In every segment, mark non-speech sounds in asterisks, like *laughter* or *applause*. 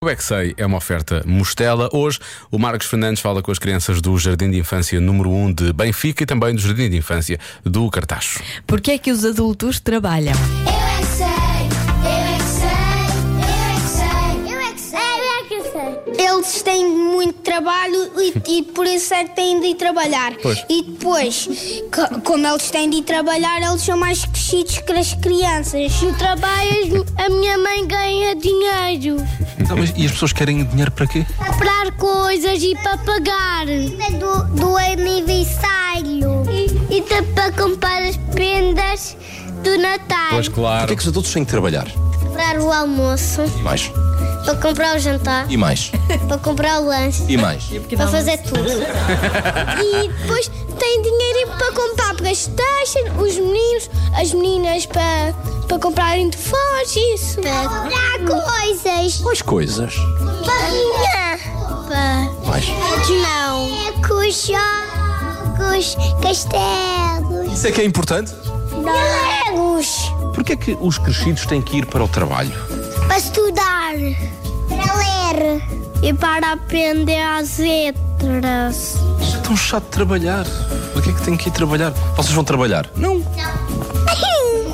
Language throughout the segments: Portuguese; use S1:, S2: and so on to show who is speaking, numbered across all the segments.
S1: O é que sei é uma oferta Mostela. Hoje, o Marcos Fernandes fala com as crianças do Jardim de Infância número 1 de Benfica e também do Jardim de Infância do Cartacho.
S2: Porque é que os adultos trabalham?
S3: Eu é que sei, eu é que sei, eu é que sei, eu é que sei, eu é que sei, eu é que sei. Eles têm muito trabalho e, e por isso é que têm de ir trabalhar.
S1: Pois.
S3: E depois, co- como eles têm de ir trabalhar, eles são mais crescidos que as crianças. Se trabalhas, a minha mãe ganha dinheiro.
S4: Então, mas e as pessoas querem dinheiro para quê?
S3: Comprar coisas e para pagar. É Do, do aniversário. E, e para comprar as prendas do Natal.
S4: Porquê
S1: claro.
S4: é que os adultos têm que trabalhar?
S3: comprar o almoço,
S4: E mais,
S3: para comprar o jantar,
S4: e mais,
S3: para comprar o lanche,
S4: *laughs* e mais.
S3: para fazer tudo. e depois tem dinheiro para comprar Playstation, os meninos, as meninas para, para comprarem telefones, isso. Para comprar coisas.
S4: Quais coisas?
S3: Para
S4: Mais.
S3: Não. Bonecos, jogos, castelos.
S4: Isso é que é importante?
S3: Legos.
S4: Porquê é que os crescidos têm que ir para o trabalho?
S3: Para estudar. Para ler. E para aprender as letras.
S4: Isso é tão chato trabalhar. Porquê é que têm que ir trabalhar? Vocês vão trabalhar? Não.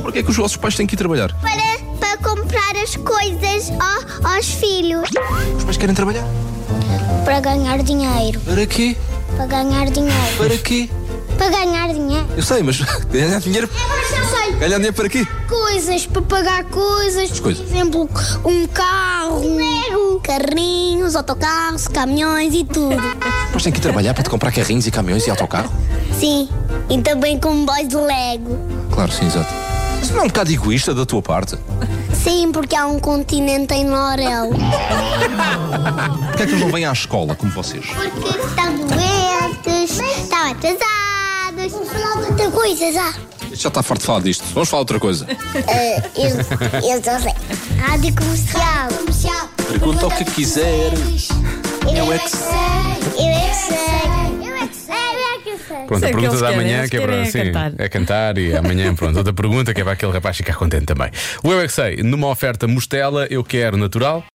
S4: Porquê é que os vossos pais têm que ir trabalhar?
S3: *laughs* para, para comprar as coisas ao- aos filhos.
S4: Os pais querem trabalhar.
S3: Para ganhar dinheiro.
S4: Para quê?
S3: Para ganhar dinheiro.
S4: Para quê?
S3: Para ganhar dinheiro.
S4: Eu sei, mas *laughs* ganhar dinheiro,
S3: Eu sei.
S4: ganhar dinheiro para quê?
S3: Coisas para pagar coisas,
S4: coisas?
S3: por exemplo, um carro, carrinhos, autocarros, caminhões e *laughs* tudo.
S4: Os pais têm que ir trabalhar para te comprar carrinhos e caminhões e autocarro?
S3: Sim, e também comboios de Lego.
S4: Claro, sim, exato. Isso não é um bocado egoísta da tua parte?
S3: Sim, porque há um continente em Laurel.
S4: Porquê é que eles não vêm à escola como vocês?
S3: Porque estão doentes, estão atrasados. Outra coisa, já.
S4: Já está farto de falar disto. Vamos falar outra coisa.
S3: Eu, É, eu só sei. Rádio comercial. comercial.
S4: Pergunta o que quiser.
S3: Eu é que sei. Eu é que sei. Eu é que sei. Eu é que sei.
S1: Pronto,
S2: Sei
S1: a
S2: que
S1: pergunta
S2: eles
S1: da
S2: querem,
S1: manhã
S2: eles
S1: que é para
S2: querem é
S1: sim,
S2: cantar.
S1: é cantar e amanhã, pronto. Outra pergunta que é para aquele rapaz ficar contente também. O Eu é que sei, numa oferta Mostela, eu quero natural.